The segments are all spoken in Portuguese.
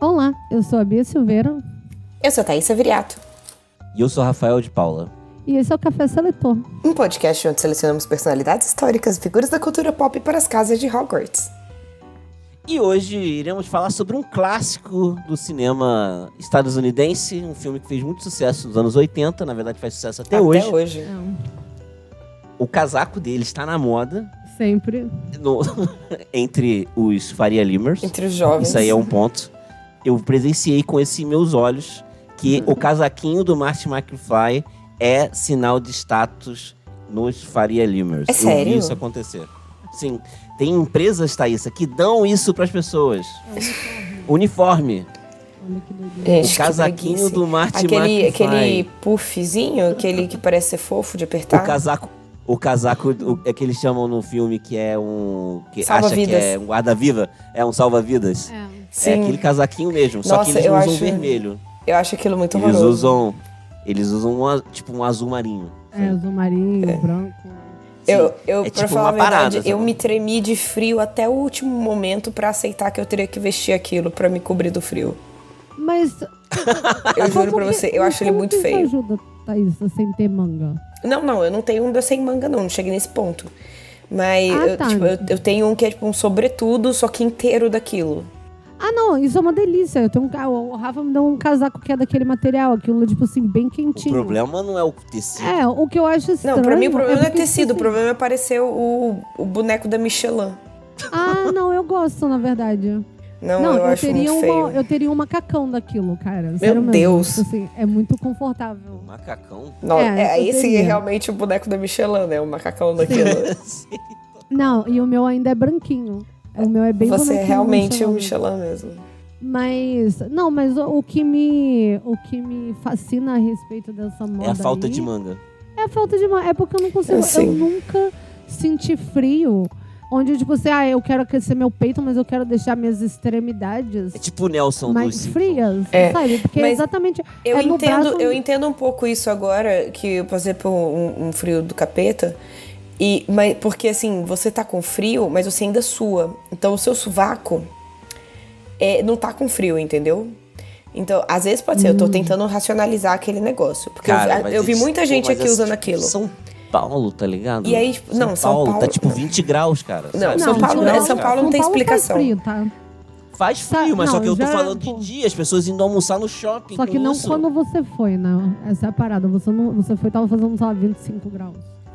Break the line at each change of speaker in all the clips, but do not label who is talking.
olá, eu sou a Bia Silveira
Eu sou Thaisa Viriato,
E eu sou Rafael de Paula.
e esse é o Café Seletor.
um podcast onde selecionamos personalidades históricas e figuras da cultura pop para as casas de Hogwarts.
E hoje iremos falar sobre um clássico do cinema estadunidense, um filme que fez muito sucesso nos anos 80, na verdade faz sucesso até, hoje. O casaco dele está na moda
Sempre.
no- entre os Faria Limers.
Entre os jovens.
Isso aí é um ponto. Eu presenciei com esses meus olhos que
Uhum.
o casaquinho do Martin McFly é sinal de status nos Faria Limers.
É
Eu
sério?
vi isso acontecer. Sim. Tem empresas, Thaísa, que dão isso pras pessoas. Uniforme.
Uhum. Gente,
o
que
casaquinho
preguiça.
do Martin
Aquele,
McFly.
aquele tá. puffzinho, aquele que parece ser fofo de
O
apertar.
casaco... O casaco o- é que eles chamam no filme que é um... Que acha que
Salva-vidas.
é um guarda-viva. É um salva-vidas. É
Sim,
aquele casaquinho mesmo, só que
Nossa,
eles
eu
não usam
acho-
vermelho.
eu acho aquilo muito
Eles
horroroso.
usam. Eles usam um, a- tipo um azul marinho.
É, azul marinho, branco.
Eu, eu pra
É tipo
falar a
uma parada,
verdade, eu
sabe?
me tremi de frio até o último momento pra aceitar que eu teria que vestir aquilo pra me cobrir do frio.
Mas.
Eu juro
como
pra
que-
você, eu
mas
acho ele
como
muito
que isso
feio.
ajuda, Thaís, sem ter manga?
Não, não, eu não tenho um da sem manga, não, não cheguei nesse ponto. Mas
Ah,
eu,
tá.
tipo, eu, eu tenho um que é tipo um sobretudo, só que inteiro daquilo.
Ah, não, isso é uma delícia. Eu tenho um, ca- o Rafa me deu um casaco que é daquele material, aquilo, tipo assim, bem
O
quentinho.
problema não é o tecido.
É, o que eu acho estranho.
Não, pra mim o problema
é
não é
porque,
tecido, o
tipo
problema é parecer o, o boneco da Michelin.
assim, Ah, não, eu gosto, na verdade.
Não,
não,
eu, acho
teria
muito
uma,
feio.
eu teria um macacão daquilo, cara. sério mesmo.
Deus.
Tipo assim, é muito confortável.
Macacão.
Não,
É,
é,
eu
esse
teria.
é realmente o boneco da Michelin, né? O macacão daquilo. É
Não, e o meu ainda é branquinho. O meu é bem
Você é
bonequinho,
realmente o
Michelin.
Michelin mesmo.
Mas, não, mas o, o que me o que me fascina a respeito dessa moda
É a falta
aí
de manga.
É a falta de mão. É porque eu não consigo,
Eu sei.
eu nunca senti frio. Onde, tipo, você, ah, eu quero aquecer meu peito, mas eu quero deixar minhas extremidades
É tipo o Nelson
mais
dos Simpsons.
frias,
É,
sabe? Porque
mas
exatamente.
Eu,
é no
entendo,
braço-
eu entendo um pouco isso agora, que eu passei por um, um frio do capeta. E, mas, porque assim, você tá com frio, mas você ainda sua. Então o seu sovaco é, não tá com frio, entendeu? Então, às vezes pode ser, eu
Hum.
tô tentando racionalizar aquele negócio. Porque eu-
Cara,
eu,
mas
vi
eles-
muita gente
pô, mas
aqui
essa-
usando
tipo,
aquilo.
São Paulo, tá ligado?
E aí, tipo, não, São
tá
Paulo-
tipo 20 graus, cara.
Não,
sabe?
São
não,
20
Paulo- é
graus,
São
cara.
Paulo não tem
São Paulo faz
explicação.
frio, tá?
Faz frio,
Tá, não,
mas só que eu tô
já-
falando
pô.
de dia, as pessoas indo almoçar no shopping.
Só que
com
não
isso.
quando você foi, né? Essa é a parada. Você, não, você foi, tava fazendo, sei lá, 25 graus.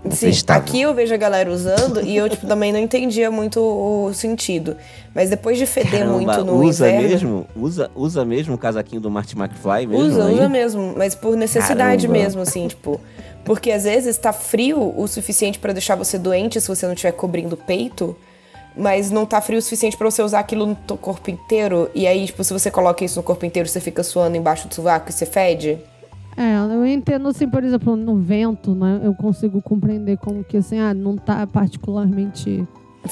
Sim, aqui eu vejo a galera usando e eu tipo, também não entendia muito o sentido. Mas depois de feder
Caramba,
muito no
usa
inverno.
mesmo? Usa, usa mesmo o casaquinho do Martin McFly mesmo? é
Usa,
aí?
usa mesmo, mas por necessidade
Caramba.
mesmo, assim, tipo. Porque às vezes tá frio o suficiente pra deixar você doente se você não estiver cobrindo o peito, mas não tá frio o suficiente pra você usar aquilo no teu corpo inteiro. E aí, tipo, se você coloca isso no corpo inteiro, você fica suando embaixo do sovaco e você fede.
É, eu entendo assim, por exemplo, no vento, né? Eu consigo compreender como que assim, ah, não tá particularmente.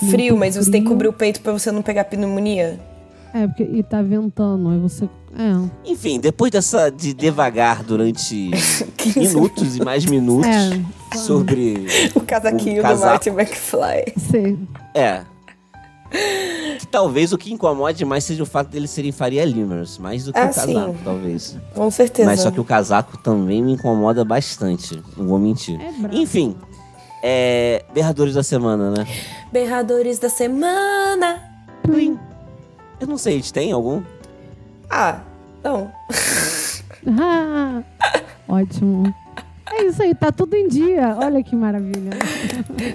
Frio, mas você tem que
frio.
cobrir o peito pra você não pegar pneumonia.
É, porque e tá ventando, aí você. É.
Enfim, depois dessa
É.
de devagar durante minutos e mais minutos
É.
sobre
O casaquinho do
O Um casaco.
Martin McFly.
Sei.
é que talvez o que incomode mais seja o fato deles serem Faria Limers, mais do que
Ah,
o casaco,
sim.
talvez.
Com certeza.
Mas só que o casaco também me incomoda bastante, não vou mentir.
É brabo.
Enfim, é berradores da semana, né?
Berradores da semana.
Eu não sei, a gente tem algum?
Ah, Não.
Ah, ótimo. É isso aí, tá tudo em dia. Olha que maravilha.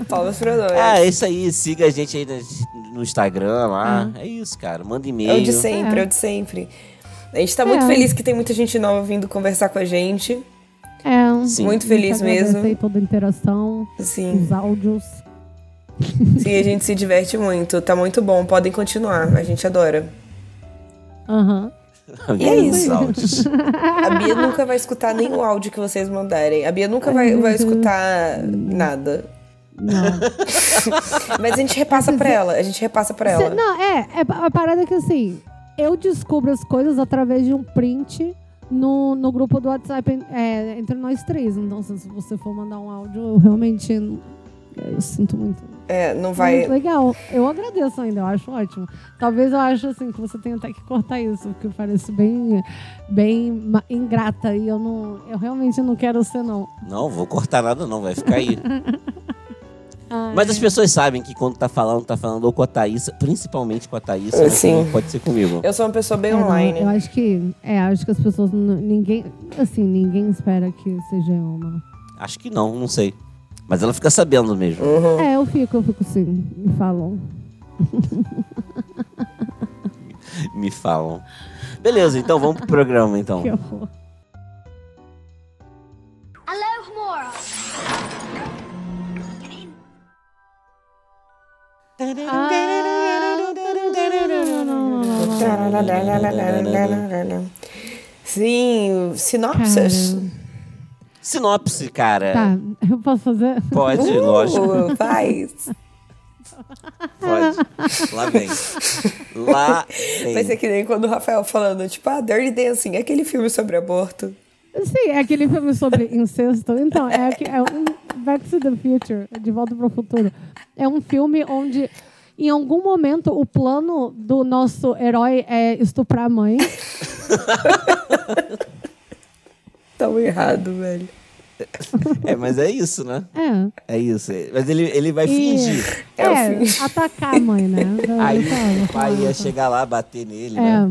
Palmas pra nós.
Ah, é isso aí. Siga a gente aí no- no Instagram lá. É isso, cara. Manda
É o
e-mail.
de sempre, é.
É.
o de sempre. A gente tá muito
É.
feliz que tem muita gente nova vindo conversar com a gente.
É, um
Sim.
Muito feliz mesmo.
Agradecei toda a interação,
Sim.
os áudios.
E a gente se diverte muito. Tá muito bom. Podem continuar. A gente adora.
Aham.
E é
Os
isso.
áudios.
A Bia nunca vai escutar nem o áudio que vocês mandarem. A Bia nunca vai, vai escutar nada.
Não.
Mas a gente repassa pra ela. A gente repassa pra
Cê-
ela.
não, é, é pa- a parada é que assim, eu descubro as coisas através de um print no, no grupo do WhatsApp en- é, entre nós três. Então, se se você for mandar um áudio, eu realmente não- eu sinto muito.
É, não vai.
Muito legal. Eu agradeço ainda, eu acho ótimo. Talvez eu acho assim que você tenha até que cortar isso, porque eu pareço bem, bem ma- ingrata e eu não, eu realmente não quero ser não.
Não, vou cortar nada não. Vai ficar aí.
Ai.
Mas as pessoas sabem que quando tá falando, tá falando ou com a Thaís, principalmente com a Thaís,
É, sim.
ou pode ser comigo.
Eu sou uma pessoa bem
É, não,
online.
eu acho que, é, acho que as pessoas n- ninguém, assim, ninguém espera que seja eu, não.
Acho que não, não sei. Mas ela fica sabendo mesmo.
Uhum.
É, eu fico, eu fico sim, me falam.
Hum.
Me falam. Beleza, então vamos pro programa então.
Que horror.
Sim, sinopses.
Sinopse, cara.
Tá, eu posso fazer?
Pode, lógico,
Uh, faz.
pode. Lá vem. Lá
Vai ser
vem.
que nem quando o Rafael falando, tipo, ah, Dirty Dancing, aquele filme sobre aborto.
Sim, é aquele filme sobre incesto. Então, é, aque- é um Back to the Future, De Volta para o Futuro. É um filme onde, em algum momento, o plano do nosso herói é estuprar a mãe.
Tão errado, velho.
É, mas é isso, né?
É.
É isso. é- Mas ele, ele vai
E-
fingir.
É, atacar a mãe, né? Eu
Aí
falo,
o pai ia
falo.
chegar lá, bater nele, né?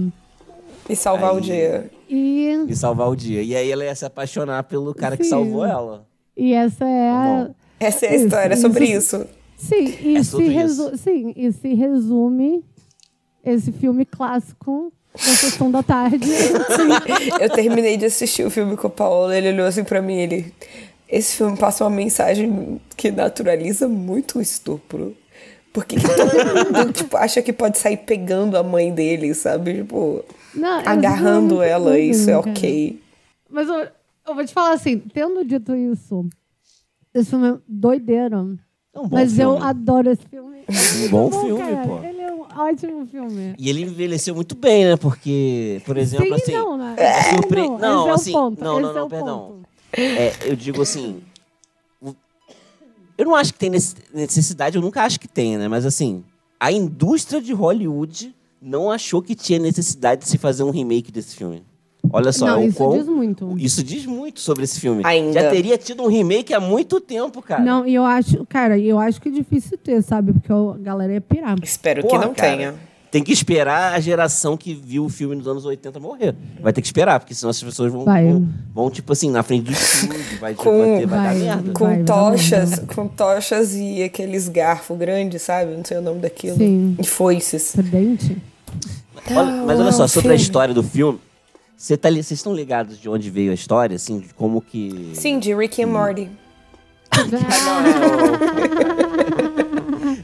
É.
E salvar
Aí.
o dia.
E,
E salvar o dia. E aí ela ia se apaixonar pelo cara que
Sim.
salvou ela.
e essa é a.
Bom.
Essa é a
Isso,
história, é
isso.
sobre isso.
Sim, e,
É
se
sobre
resu- sim, e se resume esse filme clássico da Sessão da Tarde.
Eu terminei de assistir o filme com o Paulo, ele olhou assim pra mim, ele... Esse filme passa uma mensagem que naturaliza muito o estupro. Porque que todo mundo, tipo, acha que pode sair pegando a mãe dele, sabe? Tipo,
Não, eu-
agarrando ela, isso é
cara.
ok.
Mas eu, eu vou te falar assim, tendo dito isso, esse filme é doideira.
É um bom
Mas eu
filme.
adoro esse filme. É
Um
muito
bom filme,
cara.
pô.
Ele é um ótimo filme.
E ele envelheceu muito bem, né? Porque, por exemplo,
Sim,
assim.
não, né?
surpre-
Não,
não,
esse é o
assim,
ponto,
não, não,
esse é
não,
o
perdão.
ponto.
É, eu digo assim. o- Eu não acho que tem nece- necessidade, eu nunca acho que tem, né? Mas assim, a indústria de Hollywood não achou que tinha necessidade de se fazer um remake desse filme. Olha só,
não,
o
isso
quão-
diz muito.
isso diz muito sobre esse filme.
Ainda.
Já teria tido um remake há muito tempo, cara.
Não, e eu acho, cara, e eu acho que é difícil ter, sabe? Porque a galera ia pirar.
Espero
Porra,
que não
cara.
tenha.
Tem que esperar a geração que viu o filme nos anos 80 morrer. Vai ter que esperar, porque senão as pessoas vão,
Vai.
vão, vão, tipo assim, na frente do estúdio, vai,
Com-
vai ter- vai dar
Vai.
merda.
Com
Vai, vai
tochas, com tochas e aqueles garfo grande, sabe? Não sei o nome daquilo.
Sim.
E foices.
Precedente?
Olha- mas olha
não,
só, sobre a
filme.
história do filme, cê tá li- vocês estão ligados de onde veio a história, assim, de como que.
Sim, de Rick and Morty.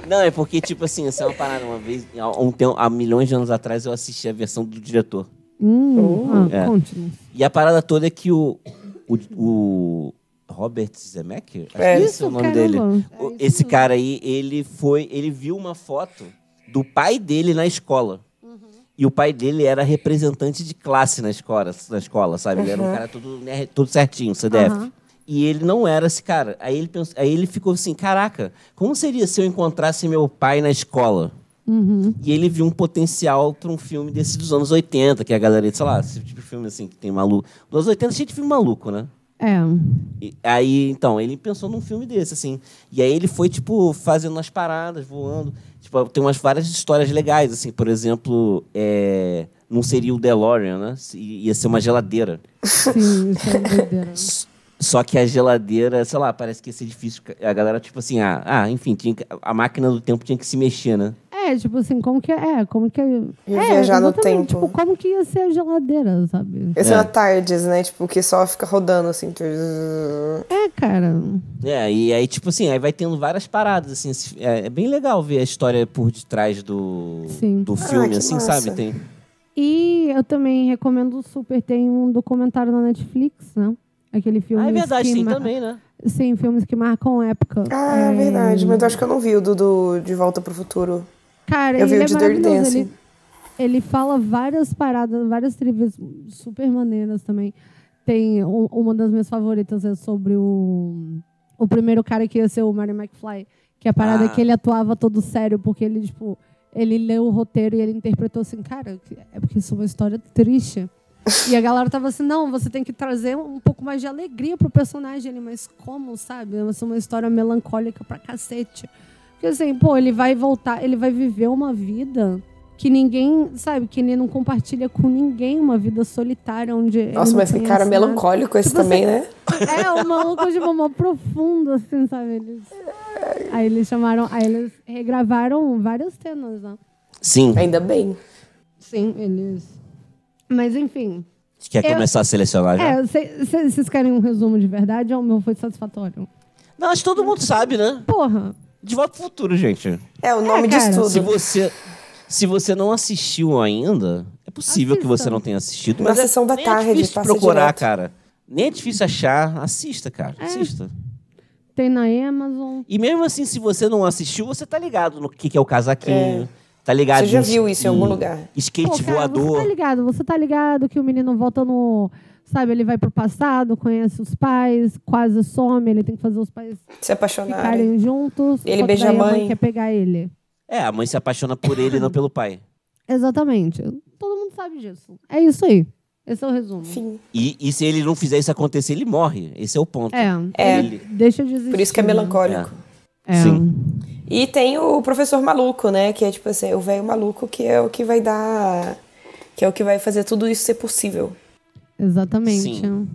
Não, é porque, tipo assim, essa é uma parada. Uma vez, há, um tempo- há milhões de anos atrás, eu assisti a versão do diretor.
Hum, ah,
É.
conte-nos.
E a parada toda é que o. o, o Robert Zemeckis? Acho
É.
que esse é o
Isso,
nome dele.
caramba.
O- Esse cara aí, ele foi. Ele viu uma foto do pai dele na escola. E o pai dele era representante de classe na escola, na escola sabe? Ele era um cara todo, ner- todo certinho, CDF.
Aham.
E ele não era esse cara. Aí ele, pensou, aí ele ficou assim: caraca, como seria se eu encontrasse meu pai na escola?
Uhum.
E ele viu um potencial pra um filme desse dos anos 80, que a galera, sei lá, esse tipo de filme assim que tem maluco. Dos anos 80 cheio de filme maluco, né?
É.
E aí, então, ele pensou num filme desse, assim. E aí ele foi, tipo, fazendo as paradas, voando. Tipo, tem umas várias histórias legais, assim. Por exemplo, é, não seria o DeLorean, né? Se- Ia ser uma geladeira.
Sim, isso é doideira.
S- Só que a geladeira, sei lá, parece que ia ser difícil. A galera, tipo assim, ah, ah enfim, tinha que- a máquina do tempo tinha que se mexer, né?
É, tipo assim, como que é? Como que é? é,
viajar no
exatamente,
tempo.
Tipo, como que ia ser a geladeira, sabe?
Esse é.
É.
uma TARDIS, né? Tipo, que só fica rodando assim.
É, cara.
É, e aí, tipo assim, aí vai tendo várias paradas, assim. esse- É, é bem legal ver a história por detrás do,
Sim.
do filme,
Ah, que
assim,
massa.
sabe? Tem,
E eu também recomendo super, tem um documentário na Netflix, né? Aquele filme.
ah, é verdade,
que
tem
ma-
também, né?
Sim, filmes que marcam época.
Ah, é verdade. Mas eu acho que eu não vi o do, do De Volta pro Futuro.
Cara,
Eu
ele
vi o
é
de Dirty
maravilhoso.
Dancing.
Ele, ele fala várias paradas, várias trivias super maneiras também. Tem um- uma das minhas favoritas é sobre o, o primeiro cara que ia ser o Marty McFly, que a parada
Ah.
é que ele atuava todo sério, porque ele, tipo, ele leu o roteiro e ele interpretou assim, cara, é porque isso é uma história triste. E a galera tava assim, não, você tem que trazer um pouco mais de alegria pro personagem. Ele, mas como, sabe? Vai ser uma história melancólica pra cacete. Porque assim, pô, ele vai voltar, ele vai viver uma vida que ninguém, sabe? Que ele não compartilha com ninguém, uma vida solitária onde ele
Nossa,
não
mas que
conhece
cara é
nada.
melancólico esse
Tipo
também, né?
É, o maluco de mamão profundo, assim, sabe? Eles- Aí eles chamaram, aí eles regravaram várias cenas, né?
Sim.
Ainda bem.
Sim, eles... Mas enfim,
Você Quer
Eu-
começar a selecionar já?
É, vocês querem um resumo de verdade ou o meu foi satisfatório?
Não, acho que todo mundo sabe, né?
Porra!
De volta pro futuro, gente.
É, o nome
É,
diz
cara.
tudo.
Se você, se você não assistiu ainda, é possível que você
Assista.
não tenha assistido.
Na
Mas é-
sessão da
nem
tarde,
é difícil
passa
procurar,
direto.
cara. Nem é difícil achar. Assista, cara. Assista.
Tem na Amazon.
E mesmo assim, se você não assistiu, você tá ligado no que, que é o casaquinho. Tá ligado?
Você já
em-
viu isso em
Hum.
algum lugar.
Skate
Pô, cara,
voador.
você tá ligado? Você tá ligado que o menino volta no. Sabe, ele vai pro passado, conhece os pais, quase some, ele tem que fazer os pais
Se apaixonarem.
ficarem juntos.
Ele
só que
beija
daí
a mãe.
quer pegar ele.
É, a mãe se apaixona por ele, não pelo pai.
Exatamente. Todo mundo sabe disso. É isso aí. Esse é o resumo.
Enfim.
E, e se ele não fizer isso acontecer, ele morre. Esse é o ponto.
É.
É.
Ele-
Deixa de existir.
Por isso que é
né?
melancólico.
É.
Sim.
E tem o professor maluco, né? Que é tipo assim, o velho maluco que é o que vai dar. Que é o que vai fazer tudo isso ser possível.
Exatamente.
Sim.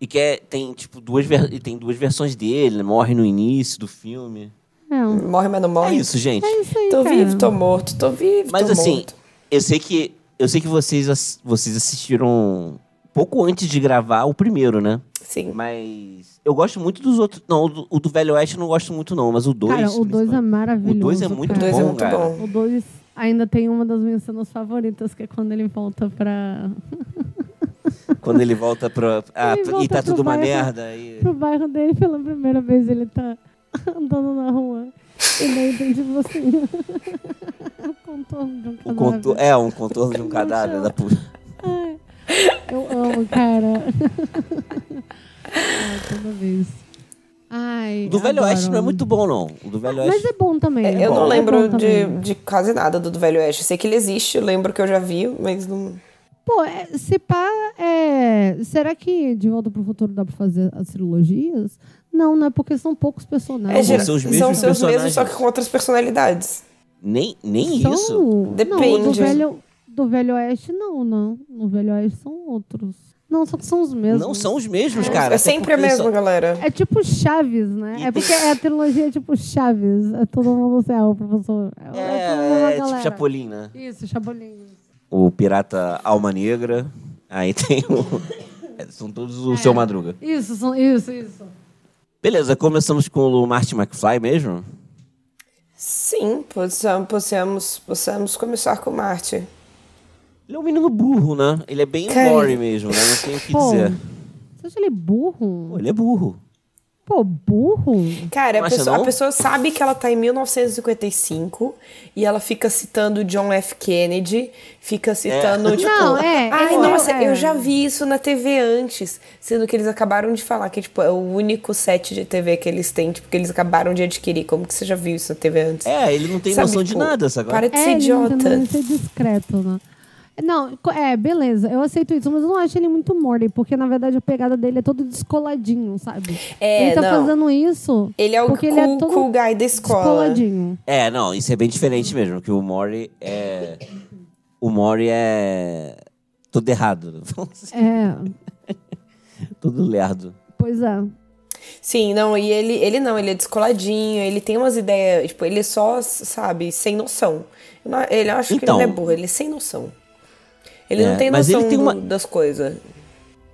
E que é- tem, tipo, duas, ver- e tem duas versões dele, né? morre no início do filme.
É.
Morre, mas não
É
morre.
isso, gente.
É isso aí,
Tô
cara.
vivo, tô morto, tô vivo,
Mas
tô
assim,
morto.
eu sei que eu sei que vocês, ass- vocês assistiram pouco antes de gravar o primeiro, né?
Sim.
Mas eu gosto muito dos outros. Não, o do, o do Velho Oeste eu não gosto muito, não, mas o dois.
Cara, o 2 é
principalmente.
maravilhoso.
O dois é muito
O
cara.
dois é
bom,
muito
cara.
bom.
O 2 ainda tem uma das minhas cenas favoritas, que é quando ele volta pra,
Quando ele volta pra. Ah,
Ele
e
volta
tá
pro
tudo uma
bairro.
merda. E...
pro bairro dele pela primeira vez. Ele tá andando na rua. E daí tem tipo assim. o contorno de um
O
cadáver.
contor... É, um contorno de um cadáver da puta.
Eu amo, cara. Ai, toda vez. Ai,
O do Velho
adoro.
Oeste não é muito bom, não. O do Velho
Mas
Oeste.
é bom também.
É, eu
bom.
não
É
lembro
bom
de,
também.
de quase nada do, do Velho Oeste. Sei que ele existe, eu lembro que eu já vi, mas não.
Pô, é, se pá, é, será que De Volta pro Futuro dá pra fazer as trilogias? Não, né? Porque são poucos
É,
personagens.
gira-
são os
são
mesmos
seus mesmos,
personagens.
só que com outras personalidades.
Nem, nem
São-
isso.
Depende.
Não, do, velho, do Velho Oeste, não, não. No Velho Oeste são outros. Não, só que são os mesmos.
Não são os mesmos,
É,
cara.
é
até
sempre a
porque
mesma,
só-
galera.
É tipo Chaves, né? É porque é a trilogia tipo Chaves. É todo mundo assim, ah, o professor. É,
É,
é todo mundo, a
é tipo
galera.
Chapolin, né?
Isso, Chapolin.
O Pirata Alma Negra. Aí tem o. é, São todos o seu Madruga.
Isso, são, isso, isso.
Beleza, começamos com o Martin McFly mesmo?
Sim, possamos, possamos, possamos começar com Marte.
Ele é um menino burro, né? Ele é bem
Cara.
Mori mesmo, né? Não tem o que
Pô,
dizer.
você acha ele burro?
Pô, ele é burro.
Pô, burro?
Cara,
Não
a
acha,
pessoa, a
não?
pessoa sabe que ela tá em 1955 e ela fica citando John F. Kennedy,
É.
fica citando, tipo.
Não, é,
Ai,
ele não-
nossa,
é.
eu já vi isso na TV antes. Sendo que eles acabaram de falar que, tipo, é o único set de TV que eles têm, tipo, que eles acabaram de adquirir. Como que você já viu isso na TV antes?
É, ele não tem
Sabe,
noção de
tipo,
nada, sabe?
Para de
É,
ser
ele não tem
idiota.
nada de ser discreto, né? Não, co- é, beleza, eu aceito isso, mas eu não acho ele muito Morty, porque na verdade a pegada dele é todo descoladinho, sabe?
É,
ele tá
não.
fazendo isso.
Ele é o
porque
cool,
ele é todo
cool guy da escola.
descoladinho.
É, não, isso é bem diferente mesmo, que o Mori é. o Mori é todo errado.
É,
todo lerdo.
pois é.
Sim, não, e ele, ele não, ele é descoladinho, ele tem umas ideias, tipo, ele é só, sabe, sem noção. Não- Ele eu acho que ele
Então.
não é burro, ele é sem noção. Ele
É,
não tem
mas
noção
ele tem
do-
uma-
das coisas.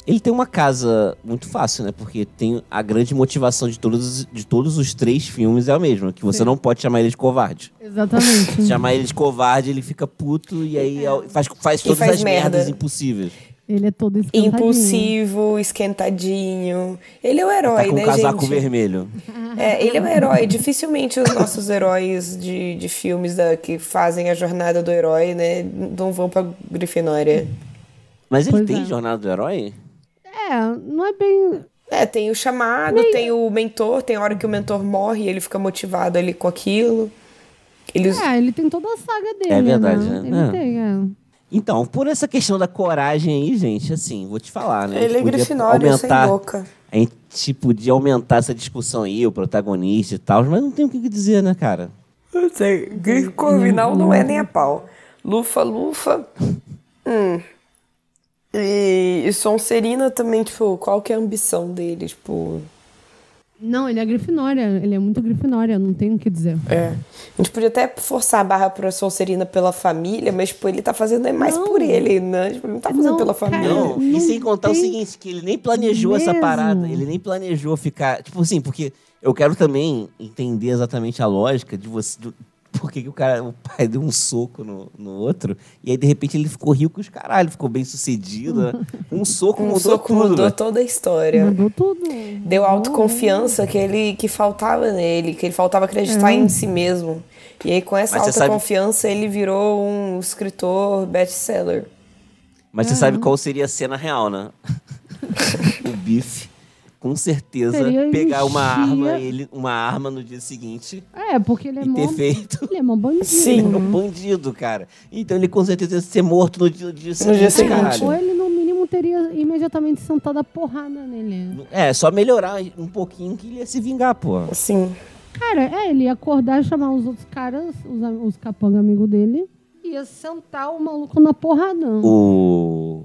Ele tem uma casa muito fácil, né? Porque tem a grande motivação de todos, de todos os três filmes é a mesma, que você
Sim.
não pode chamar ele de covarde. Se
Exatamente.
chamar ele de covarde, ele fica puto e aí é o- faz, faz
E
todas
faz
as
merda.
merdas impossíveis.
Ele é todo esquentadinho.
Impulsivo, esquentadinho. Ele é o herói,
tá com
né,
um casaco
gente?
vermelho.
É, ele é um herói. Dificilmente os nossos heróis de, de filmes da, que fazem a jornada do herói, né, não vão pra Grifinória.
Mas ele
Pois
tem
é.
Jornada do Herói?
É, não é bem...
É, tem o chamado, tem o mentor, tem a hora que o mentor morre e ele fica motivado ali com aquilo. Eles...
É, ele tem toda a saga dele,
verdade,
né?
né?
Ele
É.
tem, é.
Então, por essa questão da coragem aí, gente, assim, vou te falar, né? A gente
Ele é
podia
Grifinória sem
aumentar-
boca.
A gente podia aumentar essa discussão aí, o protagonista e tal, mas não tem o que dizer, né, cara?
Eu sei, Grifinal não é nem a pau. Lufa, lufa. Hum. E, e Sonserina também, tipo, qual que é a ambição dele? Tipo,
Não, ele é grifinória. Ele é muito grifinória, não tem o que dizer.
é. A gente podia até forçar a barra pra Sonserina pela família, mas, tipo, ele tá fazendo é mais
Não.
por ele, né? Tipo, ele não tá fazendo
Não,
pela
cara,
família.
Não,
não
e sem contar o
tem
seguinte, que ele nem planejou essa
mesmo.
parada, ele nem planejou ficar, tipo assim, porque eu quero também entender exatamente a lógica de você, do, por que que o cara, o pai deu um soco no, no outro, e aí de repente ele ficou rico os caralho, ficou bem sucedido, né? um soco
Um
mudou
soco
tudo. né?
mudou
velho.
toda a história.
Mudou tudo.
Deu autoconfiança que ele que faltava nele, que ele faltava acreditar
Hum.
em si mesmo. E aí, com essa
Mas você sabe-
autoconfiança, ele virou um escritor best-seller.
Mas você sabe qual seria a cena real, né? o bife, com certeza,
Seria
pegar uma
encher-
arma, ele, uma arma no dia seguinte
É, porque ele é
e ter
mó...
feito
Ele é mó bandido.
Sim.
Ele é
né?
um bandido, cara. Então ele com certeza ia ser morto no dia, no dia seguinte.
dia
É,
seguinte.
ou
caralho.
ele, no mínimo, teria imediatamente sentado a porrada nele.
É, só melhorar um pouquinho que ele ia se vingar, pô.
Assim,
Cara, é, ele ia acordar, chamar os outros caras, os, am- os capanga amigo dele, e ia sentar o maluco na porrada.
O.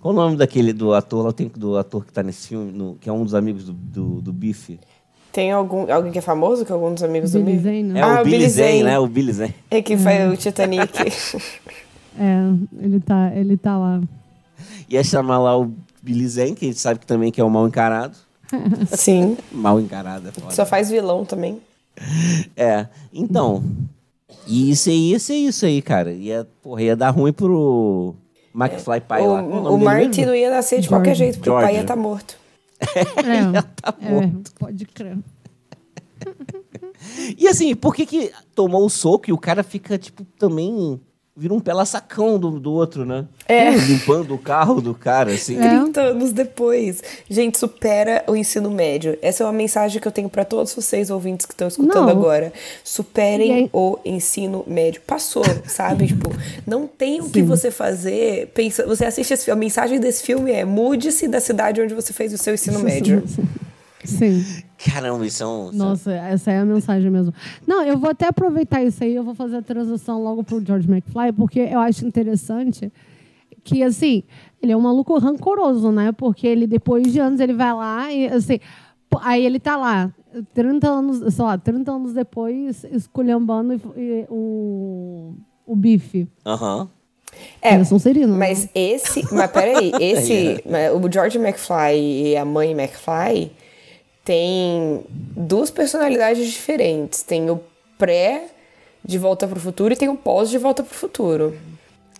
Qual o nome daquele do ator lá? Tem do ator que tá nesse filme, no- que é um dos amigos do, do, do Bife?
tem algum, alguém que é famoso, que é algum dos amigos do
Billy
Bill?
Zane, né? Hum.
É
Ah,
o Billy Zane, né? O Billy Zane.
É que faz o Titanic.
É, ele tá, ele tá lá.
Ia chamar lá o Billy Zane, que a gente sabe que também que é o mal encarado.
Sim.
Mal encarado é foda.
Só faz vilão também.
É, então. E isso aí ia ser isso aí, cara. Ia, porra, ia dar ruim pro McFly Pai lá. Qual
É, O, o
nome dele
Martin
mesmo?
não ia nascer de qualquer jeito, porque o pai
George.
ia estar morto.
É,
tá
é, pode crer.
E assim, por que que tomou o soco e o cara fica, tipo, também... Vira um pela sacão do, do outro, né?
É.
Hum, Limpando o carro do cara, assim.
É.
30 anos depois. Gente, supera o ensino médio. Essa é uma mensagem que eu tenho pra todos vocês ouvintes que estão escutando
Não.
agora. Superem
E aí-
o ensino médio. Passou, sabe? tipo, não tem o que você fazer. Pensa, você assiste esse filme. A mensagem desse filme é: mude-se da cidade onde você fez o seu ensino médio.
Sim.
Caramba, isso é um...
Nossa, essa é a mensagem mesmo. Não, eu vou até aproveitar isso aí, eu vou fazer a transição logo pro George McFly, porque eu acho interessante que, assim, ele é um maluco rancoroso, né? Porque ele, depois de anos, ele vai lá e, assim, pô, aí ele tá lá, 30 anos, sei lá, 30 anos depois, esculhambando e- e o, o bife.
Aham.
É,
Eles são serinos, né?
Mas esse. Mas peraí, esse. mas O George McFly e a mãe McFly tem duas personalidades diferentes. Tem o pré de Volta pro Futuro e tem o pós de Volta pro Futuro.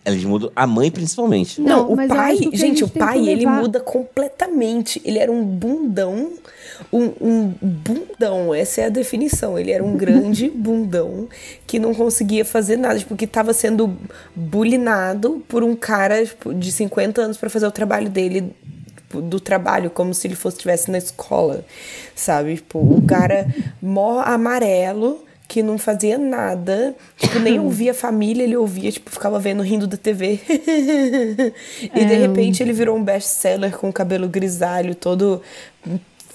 Eles mudam... A mãe, principalmente.
Não,
o
mas eu
pai,
acho que a
gente,
gente
o
tem que
pai, ele
levar-
muda completamente. Ele era um bundão, um, um bundão, essa é a definição. Ele era um grande bundão que não conseguia fazer nada, tipo, que tava sendo bulinado por um cara tipo, de 50 anos pra fazer o trabalho dele tipo, do trabalho, como se ele fosse estivesse na escola, sabe? Tipo, o cara mó amarelo, que não fazia nada, tipo, nem ouvia a família, ele ouvia, tipo, ficava vendo, rindo da TV.
É.
e de repente ele virou um best-seller com o cabelo grisalho, todo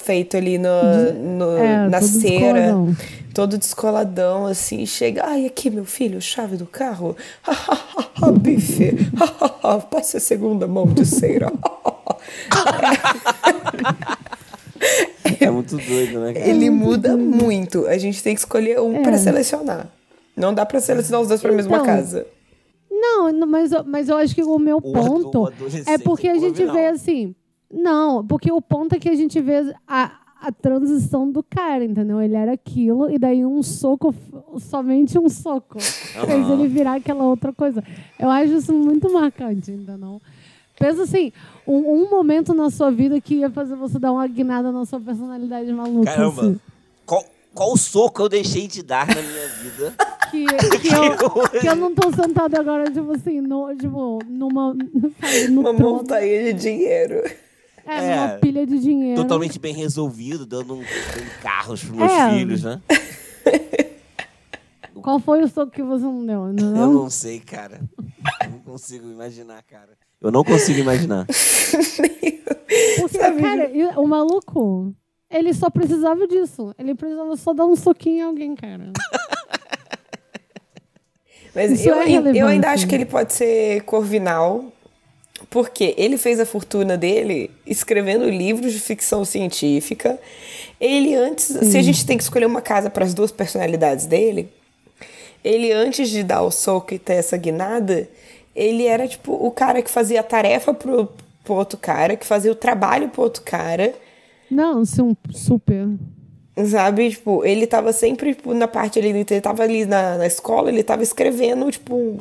feito ali na, no-
É,
na
todo
cera.
descoladão.
Todo descoladão, assim, chega. Ai, aqui, meu filho, chave do carro. Bife. Passa a segunda mão de cera.
É muito doido, né, cara?
Ele muda muito. A gente tem que escolher um pra selecionar. Não dá pra selecionar os dois pra mesma
É. Então,
casa.
Não, não, mas, eu- mas eu acho que o meu
O ado- o
ponto
adolescente
é porque a
não
gente
ouve, não.
vê assim. Não, porque o ponto é que a gente vê a, a transição do cara, entendeu? Ele era aquilo e daí um soco, f- somente um soco, fez ele virar aquela outra coisa. Eu acho isso muito marcante, entendeu? Pensa assim, um, um momento na sua vida que ia fazer você dar uma guinada na sua personalidade maluca.
Caramba,
assim.
qual, qual soco eu deixei de dar na minha vida?
que, que, eu, que eu não tô sentada agora, tipo assim, no, tipo, numa. Sabe, no
Uma
trono.
montanha de dinheiro.
É,
É,
uma pilha de dinheiro.
Totalmente bem resolvido, dando, um, dando carros pros meus
É.
filhos, né?
Qual foi o soco que você não deu? Não, é
Eu não sei, cara. Eu não consigo imaginar, cara. Eu não consigo imaginar.
Porque, cara, e- o maluco, ele só precisava disso. Ele precisava só dar um soquinho em alguém, cara.
Mas
Isso
eu,
é
ai- eu
relevante.
ainda acho que ele pode ser corvinal, porque ele fez a fortuna dele escrevendo livros de ficção científica. Ele antes, se a gente tem que escolher uma casa para as duas personalidades dele, ele antes de dar o soco e ter essa guinada, ele era tipo o cara que fazia a tarefa pro, pro outro cara, que fazia o trabalho pro outro cara.
Não, se um super.
Sabe, tipo, ele tava sempre, tipo, na parte ali, ele tava ali na, na escola, ele tava escrevendo, tipo,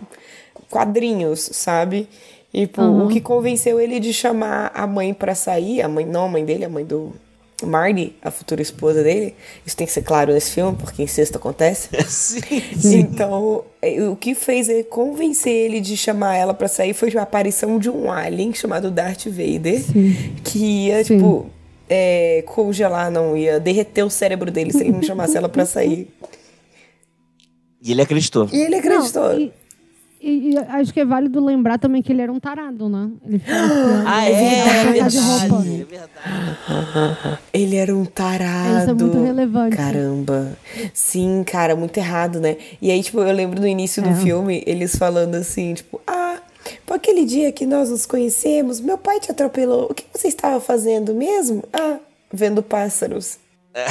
quadrinhos, sabe? E, tipo, o que convenceu ele de chamar a mãe pra sair, a mãe, não a mãe dele, a mãe do Marty, a futura esposa dele. Isso tem que ser claro nesse filme, porque incesto acontece.
Sim.
Então, é, o que fez ele convencer ele de chamar ela pra sair foi a aparição de um alien chamado Darth Vader, que ia,
Sim.
tipo, é, congelar, não, ia derreter o cérebro dele se ele não chamasse ela pra sair.
E ele acreditou.
E ele acreditou.
Não, e, e- e acho que é válido lembrar também que ele era um tarado, né? Ele ficava espiando,
Ah,
ele
é,
ficava
é
trocando
verdade,
de roupa.
é verdade.
Ele era um
É,
tarado.
isso é muito relevante.
Caramba. Sim, cara, muito errado, né? E aí, tipo, eu lembro no início
É.
do filme, eles falando assim, tipo, ah, por aquele dia que nós nos conhecemos, meu pai te atropelou. O que você estava fazendo mesmo? Ah, vendo pássaros.
É.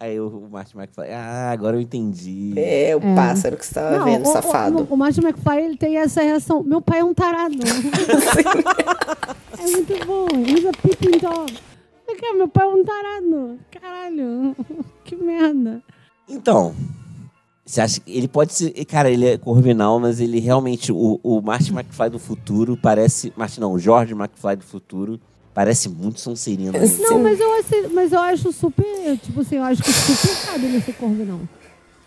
Aí o, o Martin Mike fala, ah, agora eu entendi.
É, o
É.
pássaro que você estava
Não,
Tá vendo,
o,
safado.
O, o Martin McFly ele tem essa reação. Meu pai é um tarado. é muito bom. He's a peeping dog. Mas, cara, Meu pai é um tarado. Caralho. Que merda.
Então, você acha que ele pode ser... Cara, ele é corvinal, mas ele realmente... O, o Martin McFly do futuro parece... Martin não, o Jorge McFly do futuro parece muito Sonserino. né?
Não, mas eu, acho, mas eu acho super. Tipo assim, eu acho que super cabe ele ser corvinão.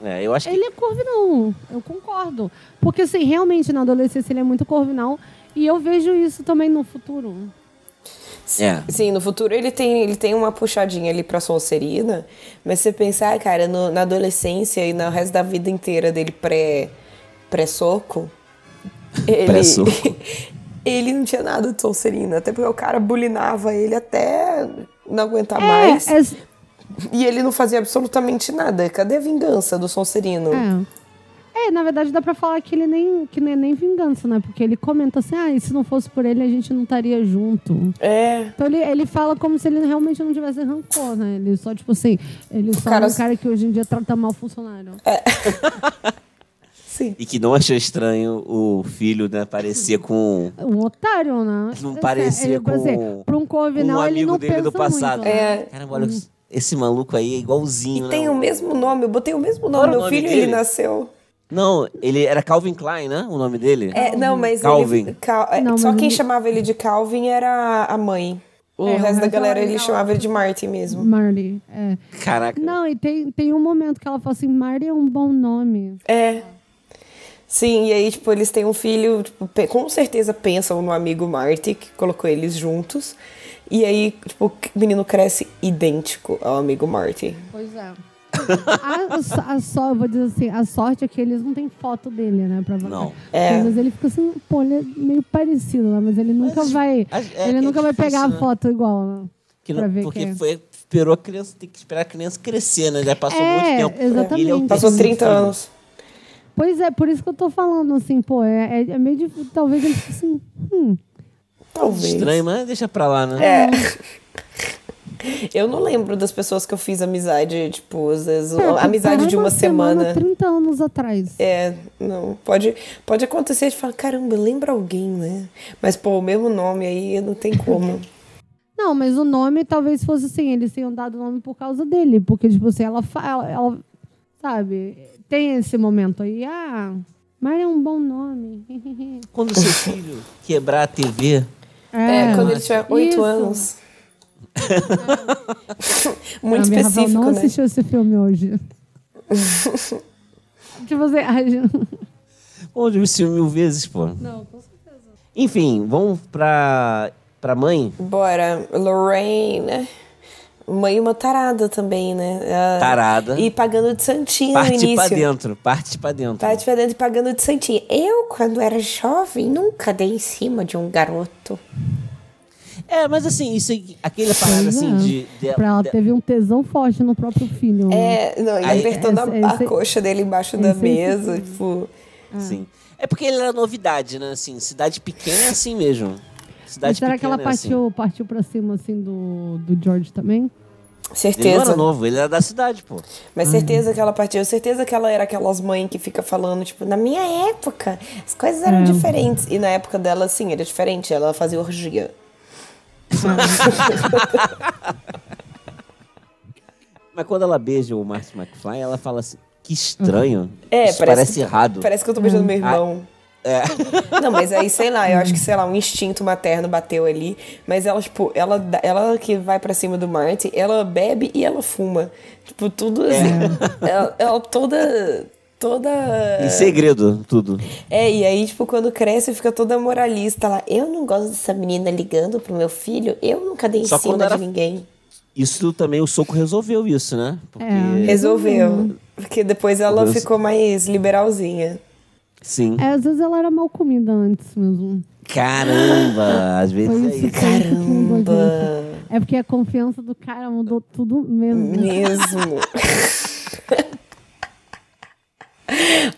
É, eu acho que...
Ele é corvinal, eu concordo. Porque, assim, realmente na adolescência ele é muito corvinal. E eu vejo isso também no futuro.
É.
Sim, no futuro ele tem, ele tem uma puxadinha ali pra Sonserina, mas você pensar, cara, no- na adolescência e no resto da vida inteira dele pré, pré-soco, ele,
Pré-soco.
ele não tinha nada de Sonserina, até porque o cara bulinava ele até não aguentar
É,
mais,
é,
e ele não fazia absolutamente nada. Cadê a vingança do Sonserino?
É. É, na verdade dá pra falar que ele nem, que nem, nem vingança, né? Porque ele comenta assim, ah, e se não fosse por ele a gente não estaria junto.
É,
Então ele, ele fala como se ele realmente não tivesse rancor, né? Ele só, tipo assim, ele só
Cara,
é um cara que hoje em dia trata mal funcionário.
É. sim.
E que não achou estranho o filho, né, parecer com...
É Um otário, né?
Não
Ele-
parecia
ele, por
com-
exemplo, pra um
um
corvinal, ele
amigo
não
dele
pensa
do passado.
muito, né?
É.
Caramba, olha, esse maluco aí é igualzinho,
E
né?
tem o mesmo nome, eu botei o mesmo nome,
o
meu
nome
filho,
dele?
ele nasceu...
Não, ele era Calvin Klein, né? O nome dele?
É, não, mas
Calvin.
ele. Cal- é,
Não,
só
mas
quem
ele-
chamava ele de Calvin era a mãe. O
É, o
resto da
resto
galera
era
ele
legal.
chamava ele de Marty mesmo.
Marty, é.
Caraca.
Não, e tem, tem um momento que ela fala assim, Marty é um bom nome.
É. Sim, e aí, tipo, eles têm um filho, tipo, pe- com certeza pensam no amigo Marty, que colocou eles juntos. E aí, tipo, o menino cresce idêntico ao amigo Marty.
Pois é. A, so- a só, eu vou dizer assim, a sorte é que eles não têm foto dele, né? Pra botar.
Não.
É.
Mas ele fica assim, pô, ele é meio parecido lá, mas ele nunca
Mas-
vai.
mas é-
ele
é
nunca vai
difícil,
pegar
né?
a foto igual, né?
Que
Pra
não,
ver
porque
quem é.
foi, esperou a criança, tem que esperar a criança crescer, né? Já passou
É,
muito tempo.
exatamente.
Ele é o
Passou
terceiro
30
filho.
anos.
Pois é, por isso que eu tô falando, assim, pô, é, é- é meio difícil. Talvez ele fique assim, hum,
Talvez.
Estranho, mas deixa pra lá,
É.
né?
Eu não lembro das pessoas que eu fiz amizade, tipo, às vezes,
pô, tá
amizade de
caramba,
uma semana.
30 anos atrás.
É, não, pode, pode acontecer de falar, caramba, lembra alguém, né? Mas, pô, o mesmo nome aí não tem como.
Não, mas o nome talvez fosse assim, eles tenham dado o nome por causa dele, porque, tipo assim, ela fala, ela, sabe, tem esse momento aí, ah, Mário é um bom nome.
Quando seu filho quebrar a TV,
É, quando ele tiver
Isso.
oito anos. Muito
a minha Rafael
específico,
não
né?
assistiu esse filme hoje. tipo assim, a gente...
onde eu vi esse filme mil vezes, pô.
Não,
Enfim, vamos pra, pra mãe.
Bora, Lorraine, né? Mãe uma tarada também, né? Ela-
Tarada.
E pagando de santinha no
Parte
início. Tá.
pra dentro, parte pra dentro.
Parte pra dentro e pagando de santinha. Eu, quando era jovem, nunca dei em cima de um garoto.
É, mas assim, isso aí, aquela parada assim de. de-
pra ela
de-
teve um tesão forte no próprio filho. né?
É, não, e
Aí-
apertando a-
Esse-
a,
esse-
coxa dele embaixo da
esse-
mesa, tipo...
ah.
Sim. É porque ele era novidade, né? Assim, cidade pequena é assim mesmo. Cidade
Mas será que
pequena
ela
é assim.
partiu, partiu pra cima, assim, do, do George também?
Ele não era
Certeza.
novo, ele era da cidade, pô.
Mas certeza que ela partiu. Certeza que ela era aquelas mães que fica falando, tipo, na minha época, as coisas eram diferentes. E na época dela, sim, era diferente. Ela fazia orgia.
Mas quando ela beija o Martin McFly, ela fala assim, que estranho.
É,
Isso
parece-
parece, errado.
Parece que eu tô beijando meu irmão. É. Não, mas aí, sei lá, eu acho que, sei lá, um instinto materno bateu ali. Mas ela, tipo, ela, dá- ela que vai pra cima do Marty, ela bebe e ela fuma. Tipo, tudo assim. Ela, ela toda. Toda.
Em segredo, tudo.
É, e aí, tipo, quando cresce, fica toda moralista lá. Eu não gosto dessa menina ligando pro meu filho. Eu nunca dei em
Só
cima
quando
de
era-
ninguém.
Isso também, o soco resolveu isso, né? Porque,
É.
Resolveu. Porque depois ela
Deus.
ficou mais liberalzinha.
sim.
É, às vezes ela era mal comida antes mesmo.
Caramba, às vezes é isso.
Caramba! É porque a confiança do cara mudou tudo
Uhum.
mesmo.
Mesmo.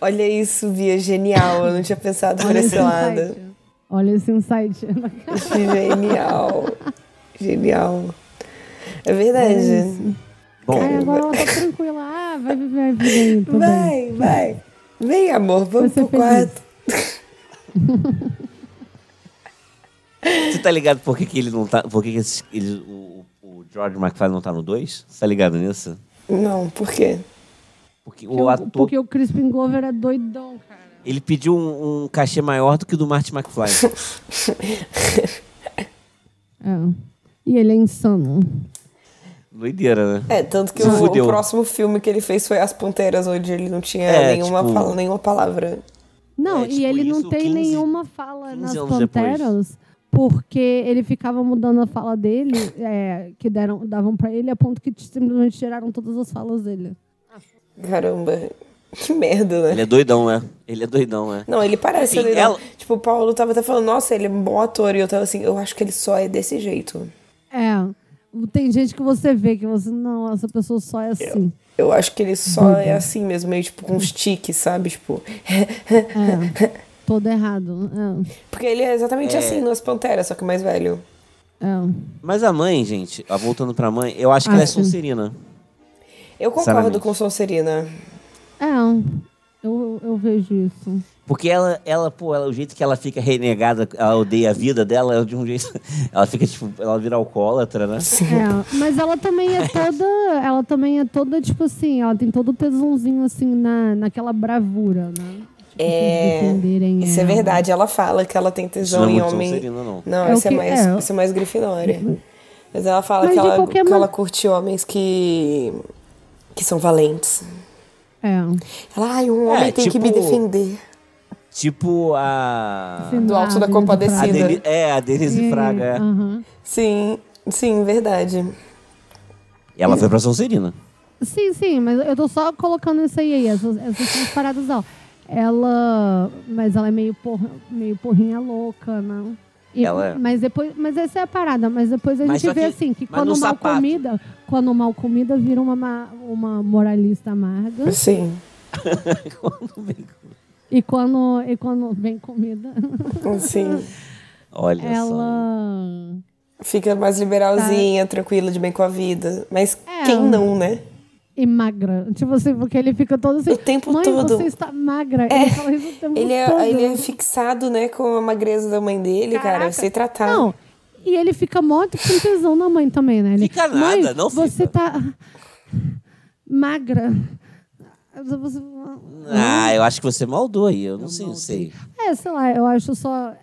Olha isso, Bia, genial. Eu não tinha pensado por esse lado.
insight. Olha esse insight.
Genial. Genial. É verdade.
Bom,
Ai, agora ela tá tranquila. Ah, vai viver a vida aí, tudo bem.
Vai, vai. Vem, amor, vamos
Vai
pro
ser feliz.
quarto.
você tá ligado por que, que ele não tá. Por que, que esses- ele- o, o George McFly não tá no 2? Você tá ligado nisso?
Não, por quê?
Porque
Porque
o ator.
Porque o Crispin Glover é doidão, cara.
Ele pediu um, um cachê maior do que o do Martin McFly.
É. E ele é insano.
Doideira, né?
É, tanto que
Se
o,
fudeu.
o próximo filme que ele fez foi As Panteras, onde ele não tinha
É,
nenhuma,
tipo-
fala, nenhuma palavra.
Não,
É,
e
tipo,
ele não
isso
tem
15,
nenhuma fala
15
nas
anos depois.
Panteras, porque ele ficava mudando a fala dele, é, que deram, davam pra ele, a ponto que simplesmente tiraram todas as falas dele.
Caramba, que merda,
Ele
né?
é doidão, né? Ele é doidão, né?
Não, ele parece.
Assim,
ele não-
ela-
Tipo, o Paulo tava até falando, nossa, ele é um bom ator. E eu tava assim, eu acho que ele só é desse jeito.
É. Tem gente que você vê que você, não, essa pessoa só é assim.
Eu acho que ele só é assim mesmo, meio tipo com uns tiques, sabe? Tipo.
É. Todo errado. É.
Porque ele é exatamente assim nas Panteras, só que mais velho.
É.
Mas a mãe, gente, ó, voltando pra mãe, eu acho que
Ah,
ela é
sim.
Sonserina.
Eu
Sinceramente.
concordo com Sonserina.
é. Eu, eu vejo isso.
Porque ela, ela, pô, ela, o jeito que ela fica renegada, ela odeia a vida dela, é de um jeito. Ela fica, tipo, ela vira alcoólatra, né?
É, mas ela também é toda. Ela também é toda, tipo assim, ela tem todo o tesãozinho, assim, na, naquela bravura, né? Tipo,
É,
de defenderem
Isso é
ela.
verdade, ela fala que ela tem
Isso não
tesão
é
em
muito
homem.
Sonserina, não.
Não,
É o
isso, é
que-
mais,
é. Uhum.
isso é mais Grifinória. Mas ela fala
Mas
que,
de
ela,
qualquer
que
man-
ela curte homens que. que são valentes.
É.
Ela, ai, um homem
É,
tem que
tipo-
me defender.
Tipo a.
Do alto
Ah,
da
a
compadecida.
Deni- é, a Denise Fraga. é.
Aham.
Sim, sim, verdade.
Ela foi pra Sonserina.
Sim, sim, mas eu tô só colocando isso aí, aí essas, essas são as paradas, ó. Ela. Mas ela é meio, porra, meio porrinha louca, não. E-
Ela é.
Mas depois. Mas essa é a parada. Mas depois a
Mas
gente
só
vê
que-
assim que
mas
quando
no
mal
sapato.
comida, quando mal comida vira uma, ma- uma moralista amarga.
Sim.
E quando, e quando vem comida,
Sim.
Olha só.
ela.
Fica mais liberalzinha, tranquila, de bem com a vida. Mas
É.
quem não, né?
E magra. Tipo assim, porque ele fica todo assim.
O tempo
Mãe,
todo."
você está magra.
É.
Ele fala isso o tempo
Ele
todo.
é, ele é fixado, né, com a magreza da mãe dele, cara. Sem tratar.
Não. E ele fica muito com tesão na mãe também, né? Ele,
Fica nada,
mãe,
não
Você
fica."
tá magra. Você-
Ah, eu acho que você maldou aí. Eu não sei, não sei.
É, sei lá, eu acho só.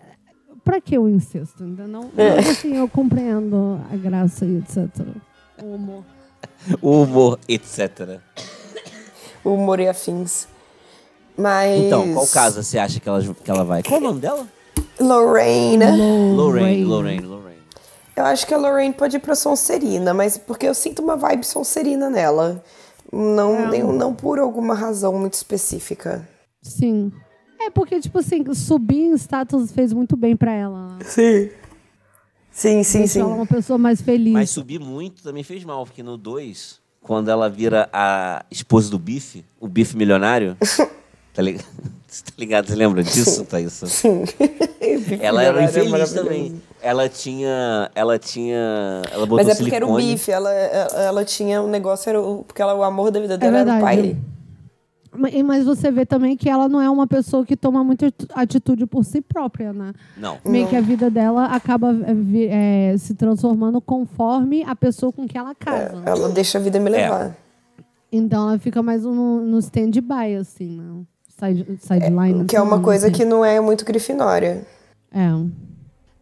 Pra que o incesto? Ainda não.
É.
Assim, eu compreendo a graça e etc. O humor.
O humor, etc.
O humor e afins. Mas.
Então, qual casa você acha que ela, que ela vai? Qual o nome dela?
Lorraine.
É. Lorraine, Lorraine, Lorraine.
Eu acho que a Lorraine pode ir pra Sonserina, mas porque eu sinto uma vibe Sonserina nela. Não, nem- não por alguma razão muito específica.
Sim. É porque, tipo assim, subir em status fez muito bem pra ela.
Sim. Sim, sim,
Deixou ela
sim.
uma pessoa mais feliz.
Mas subir muito também fez mal, porque no 2, quando ela vira a esposa do Bife, o Bife milionário, tá ligado? Você tá ligado? Você lembra disso, Thaís?
Sim. é
Ela era
Maravilhosa.
infeliz também. Ela tinha. Ela tinha. Ela botou
Mas é porque
silicone.
era o bife, ela, ela ela tinha um negócio, era o, porque ela, o amor da vida dela era o
É verdade.
pai.
Ma- e- Mas você vê também que ela não é uma pessoa que toma muita atu- atitude por si própria, né?
Não.
Meio que a vida dela acaba é, vi- é, se transformando conforme a pessoa com que ela casa. né?
Ela deixa a vida
É.
me levar.
Então ela fica mais no, no stand-by, assim, né? Side- Sideline.
Que é
assim,
uma
não
coisa
sei.
que não é muito grifinória.
É.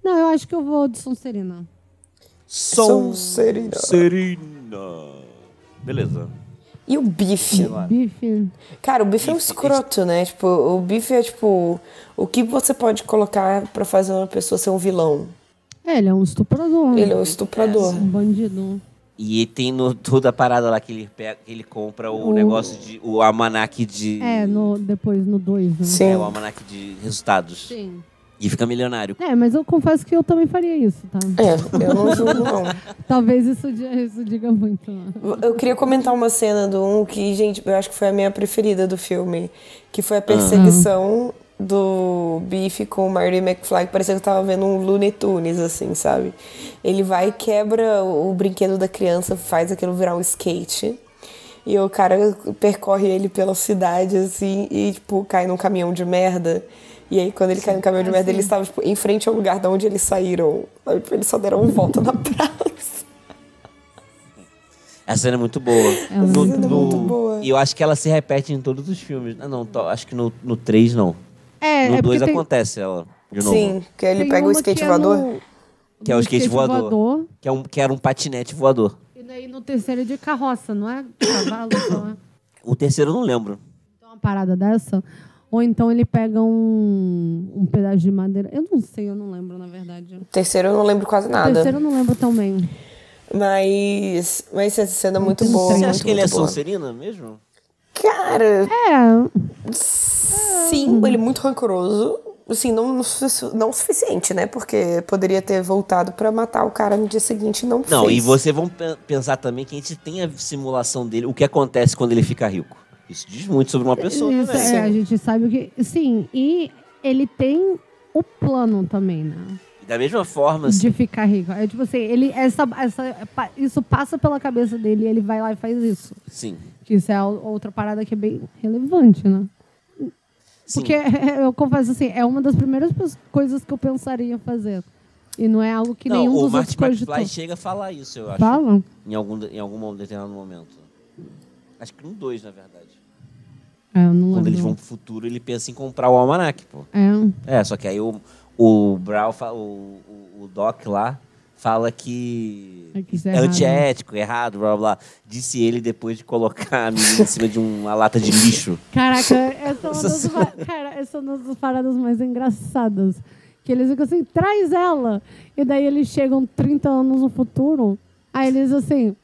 Não, eu acho que eu vou de Sonserina.
um Sonserina.
Serina. Beleza.
E o bife?
Bife.
Cara, o bife é um escroto, né? Tipo, o bife é tipo. O que você pode colocar pra fazer uma pessoa ser um vilão?
É, ele é um estuprador.
Ele é um estuprador.
um bandido.
E tem no, toda a parada lá que ele pega, que ele compra o, negócio de. o almanac de.
É, no, depois no 2, né?
Sim.
é, o almanac de resultados.
Sim.
E fica milionário.
É, mas eu confesso que eu também faria isso, tá?
É, eu não julgo, não.
Talvez isso, di- isso diga muito. né?
Eu queria comentar uma cena do um que, gente, eu acho que foi a minha preferida do filme. Que foi a perseguição do Biff com o Marty McFly. que Parecia que eu tava vendo um Looney Tunes, assim, sabe? Ele vai e quebra o, o brinquedo da criança, faz aquilo virar um skate. E o cara percorre ele pela cidade, assim, e, tipo, cai num caminhão de merda. E aí, quando ele cai no caminhão
Ah,
de merda, ele estava, tipo, em frente ao lugar de onde eles saíram. Aí, tipo, Eles só deram uma volta na praça.
Essa cena é muito boa.
Ela é muito
boa.
E eu acho que ela se repete em todos os filmes. Ah, não, to- acho que no 3 não.
É,
no
é
2
porque tem-
acontece ela, de novo.
Sim, que ele
tem
pega o
uma que
skate
é
voador.
no-
Que é o
no
skate voador. Que, é um, que era um patinete voador.
E daí no terceiro é de carroça, não é? Cavalo, não é?
O terceiro eu não lembro.
Então, uma parada dessa. Ou então ele pega um, um pedaço de madeira. Eu não sei, eu não lembro, na verdade.
Terceiro eu não lembro quase
O
nada.
terceiro eu não lembro também.
Mas. Mas essa cena é muito
Não
boa.
sei.
Você
Muito,
acha que ele é
muito boa.
Sonserina mesmo?
Cara,
É,
sim, ele é muito rancoroso. Assim, não, não su- não o suficiente, né? Porque poderia ter voltado pra matar o cara no dia seguinte e não
Não,
fez.
e você vão pe- pensar também que a gente tem a simulação dele, o que acontece quando ele fica rico. Isso diz muito sobre uma pessoa, né?
isso,
velho?
é, a gente sabe o que. Sim, e ele tem o plano também, né?
E Da mesma forma,
De ficar rico. É tipo assim, ele, essa, essa, pa- isso passa pela cabeça dele e ele vai lá e faz isso.
sim.
Que isso é a outra parada que é bem relevante, né?
sim.
Porque é eu confesso assim, é uma das primeiras pos- coisas que eu pensaria em fazer. E não é algo que
não,
nenhum
o
dos
Marty
outros cogitou.
McFly chega a falar isso, eu acho.
Falam?
Em algum, de- em algum determinado momento. Acho que no 2, na verdade.
É, eu não
Quando
lembro.
eles vão pro futuro, ele pensa em comprar o almanac, pô.
É.
Uhum. É, só que aí o, o Brau, fa- o, o, o Doc lá, fala que
É que isso é
é
errado,
antiético, errado, né? blá blá blá. Disse ele depois de colocar a menina em cima de uma lata de lixo.
Caraca, essa é uma das, pa- cara, essa é uma das paradas mais engraçadas. Que eles ficam assim, traz ela. E daí eles chegam 30 anos no futuro. Aí eles assim,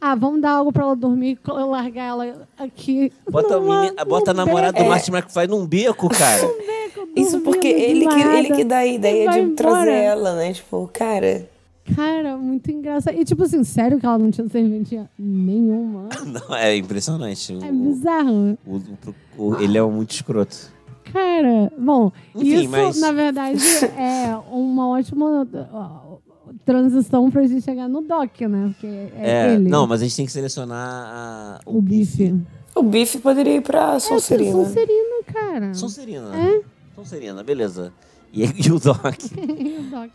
Ah, vamos dar algo pra ela dormir e col- largar ela aqui.
Bota, a
numa-
menina- bota a
num
namorada do
beco,
Martin McFly num beco, cara.
Isso
dormindo
porque
de
ele que,
lado.
ele que dá a ideia
vai
de trazer
embora.
ela, né? Tipo, cara.
Cara, muito engraçado. E tipo assim, sério que ela não tinha serventia nenhuma?
Não, é impressionante.
É
O,
bizarro.
o- o- o- ele é muito escroto.
Cara, bom,
Enfim,
isso
mas-
na verdade é uma ótima ó, transição pra gente chegar no Doc, né? Porque é,
É,
ele.
não, mas a gente tem que selecionar a-
o bife.
O bife poderia ir pra
É,
Sonserina.
Sonserina, cara.
Sonserina. Sonserina, beleza. E, e o Doc.
E o Doc.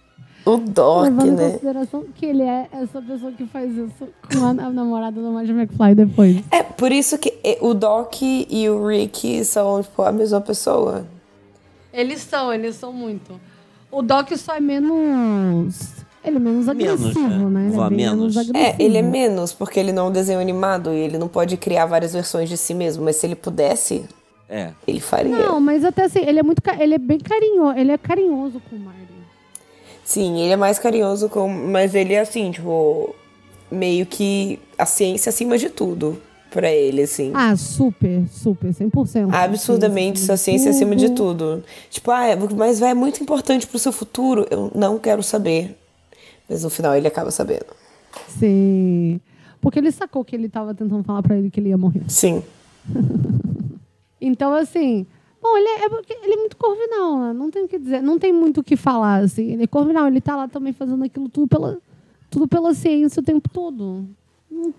O Doc,
Levando em
né?
consideração que ele é essa pessoa que faz isso com a, a namorada do Marge McFly depois.
É, por isso que eh, o Doc e o Rick são, tipo, a mesma pessoa.
Eles são, eles são muito. O Doc só é menos. Ele é menos
Menos,
agressivo,
né?
né? Ele
Vá,
é bem
menos.
menos.
É,
agressivo.
É, ele é menos, porque ele não é um desenho animado e ele não pode criar várias versões de si mesmo, mas se ele pudesse,
É.
ele faria.
Não, mas até assim, ele é muito. ca- Ele é bem carinhoso. Ele é carinhoso com o Marty.
Sim, ele é mais carinhoso, com, mas ele é assim, tipo, meio que a ciência acima de tudo pra ele, assim.
Ah, super, super, 100%.
Absurdamente,
Sim, sim,
sua ciência é acima de
tudo.
tudo. Tipo, ah, é- mas vai, é muito importante pro seu futuro. Eu não quero saber. Mas no final ele acaba sabendo.
Sim. Porque ele sacou que ele tava tentando falar pra ele que ele ia morrer.
Sim.
Então, assim. Bom, ele é, é porque ele é muito corvinal, né? Não tem o que dizer. Não tem muito o que falar, assim. Ele é corvinal, ele tá lá também fazendo aquilo tudo pela, tudo pela ciência o tempo todo. Hum,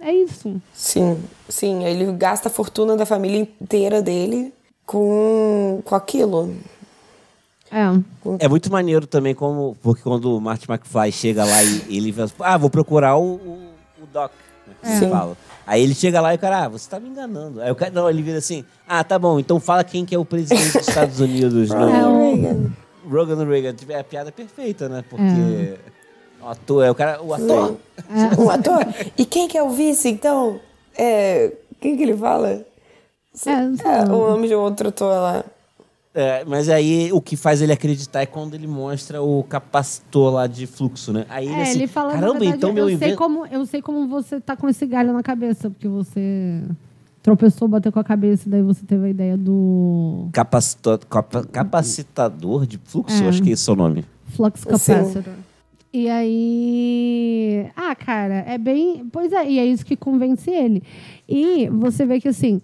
É isso.
Sim, sim, ele gasta a fortuna da família inteira dele com, com aquilo.
É.
É muito maneiro também como. Porque quando o Martin McFly chega lá e ele fala, ah, vou procurar o, o, o Doc. Né, que
É.
você
Sim.
fala. Aí ele chega lá e o cara, ah, você tá me enganando. Aí o cara, não, ele vira assim, ah, tá bom, então fala quem que é o presidente dos Estados Unidos. não,
É o-
Rogan Reagan. Tipo, É a piada perfeita, né?
É.
Porque o ator é o cara. O ator.
Um ator? E quem que é o vice, então? É, quem que ele fala?
É, não sei
É,
não.
o nome de outro ator lá.
É, mas aí o que faz ele acreditar é quando ele mostra o capacitor lá de fluxo, né? Aí ele,
É,
assim,
ele fala, na
caramba,
verdade,
então meu
eu, sei
invento.
como, eu sei como você tá com esse galho na cabeça, porque você tropeçou, bateu com a cabeça, e daí você teve a ideia do
Capacitor, capa- capacitador de fluxo, acho que esse é o nome.
flux capacitor. E aí... Ah, cara, é bem... Pois é, e é isso que convence ele. E você vê que, assim,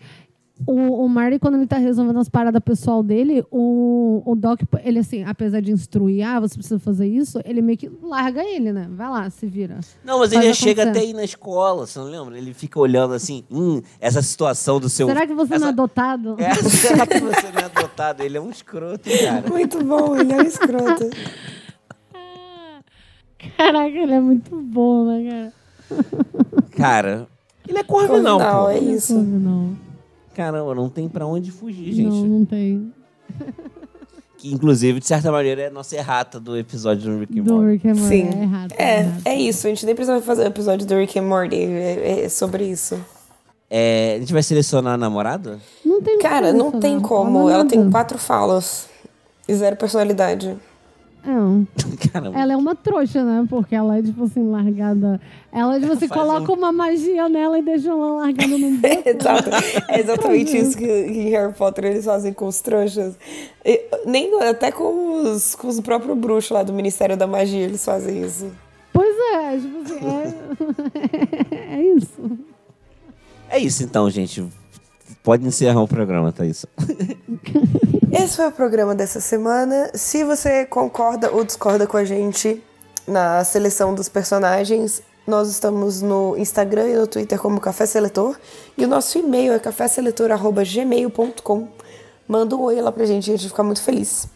o, o Marty, quando ele tá resolvendo as paradas pessoal dele, o, o Doc, ele, assim, apesar de instruir, ah, você precisa fazer isso, ele meio que larga ele, né? Vai lá, se vira.
Não, mas
Faz
ele chega até
acontecer.
aí na escola, você não lembra? Ele fica olhando assim, hum, essa situação do seu.
Será que você não é
essa...
adotado?
É, será que você não é adotado? Ele é um escroto, cara.
Muito bom, ele é um escroto.
Caraca, ele é muito bom, né, cara?
Cara, ele é corvinal,
Não,
pô.
é isso.
Como não?
Caramba, não tem pra onde fugir, gente.
Não, não tem.
Que, inclusive, de certa maneira, é a nossa errata do episódio do Rick and
Do
Morty.
Rick and Morty,
Sim.
É errado. É, errado.
É, é isso. A gente nem precisa fazer o episódio do Rick and Morty. É, é sobre isso.
É, a gente vai selecionar a namorada?
Não tem
Cara,
como
não
isso,
tem
né?
como.
Fala
Ela
nada.
tem quatro falas e zero personalidade.
Não.
Caramba.
Ela é uma trouxa, né? Porque ela é, tipo assim, largada. Ela, tipo assim,
faz um
coloca uma magia nela e deixa ela largada no beco.
Exato. É exatamente isso que em Harry Potter eles fazem com os trouxas. E nem até com os, com os próprios bruxos lá do Ministério da Magia eles fazem isso.
Pois é, tipo assim, é, é isso.
É isso então, gente. Pode encerrar o programa, Thaís.
Esse foi o programa dessa semana. Se você concorda ou discorda com a gente na seleção dos personagens, nós estamos no Instagram e no Twitter como Café Seletor. E o nosso e-mail é caféseletor.gmail.com. Manda um oi lá pra gente, a gente fica muito feliz.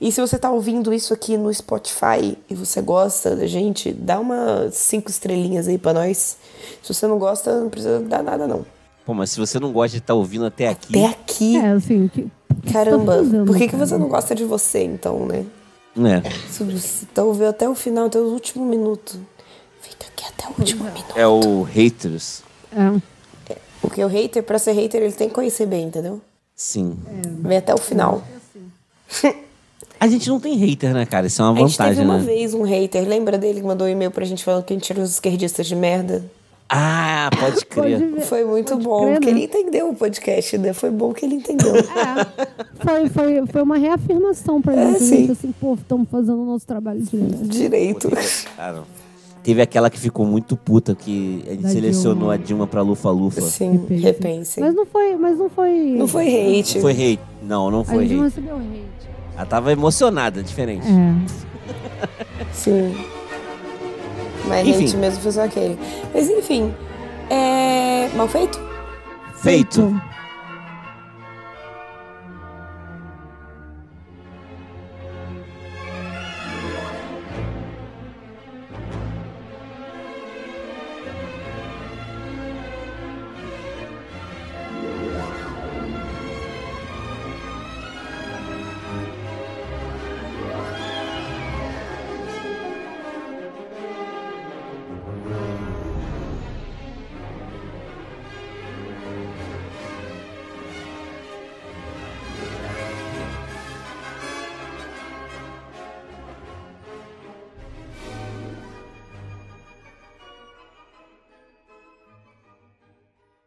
E se você tá ouvindo isso aqui no Spotify e você gosta da gente, dá umas cinco estrelinhas aí pra nós. Se você não gosta, não precisa dar nada, não.
Pô, mas se você não gosta de estar ouvindo até aqui,
Até aqui,
É, assim, que...
caramba.
Tô fazendo,
Por que, que
cara.
você não gosta de você, então, né?
né?
Se você tá ouvindo até o final, até o último minuto. Fica aqui até o último minuto.
É o haters.
É.
Porque o hater, pra ser hater, ele tem que conhecer bem, entendeu?
Sim.
Vem até o final.
É. A gente não tem hater, né, cara? Isso é uma
a gente teve
vantagem,
uma
né?
vez um hater, lembra dele que mandou um e-mail pra gente falando que a gente era os esquerdistas de merda?
Ah, pode crer.
Pode ver.
Foi muito
Pode
bom,
crer,
porque
né?
ele entendeu o podcast, né? Foi bom que ele entendeu.
É. Foi, foi, foi uma reafirmação pra
É,
mim. que a
sim.
gente, assim, pô, estamos fazendo o nosso trabalho de verdade.
Direito.
Ah, não. Teve aquela que ficou muito puta, que a gente
Da
selecionou
Dilma.
a Dilma pra Lufa-Lufa.
Sim,
Repensem.
repensem.
Mas não foi. Mas não foi.
Não foi hate.
Foi hate. Não, não
a
foi
gente não
hate.
recebeu hate.
Ela tava emocionada, diferente.
É.
Sim. Mas
Enfim.
hate mesmo foi só aquele. Mas enfim. É. Mal feito?
Feito.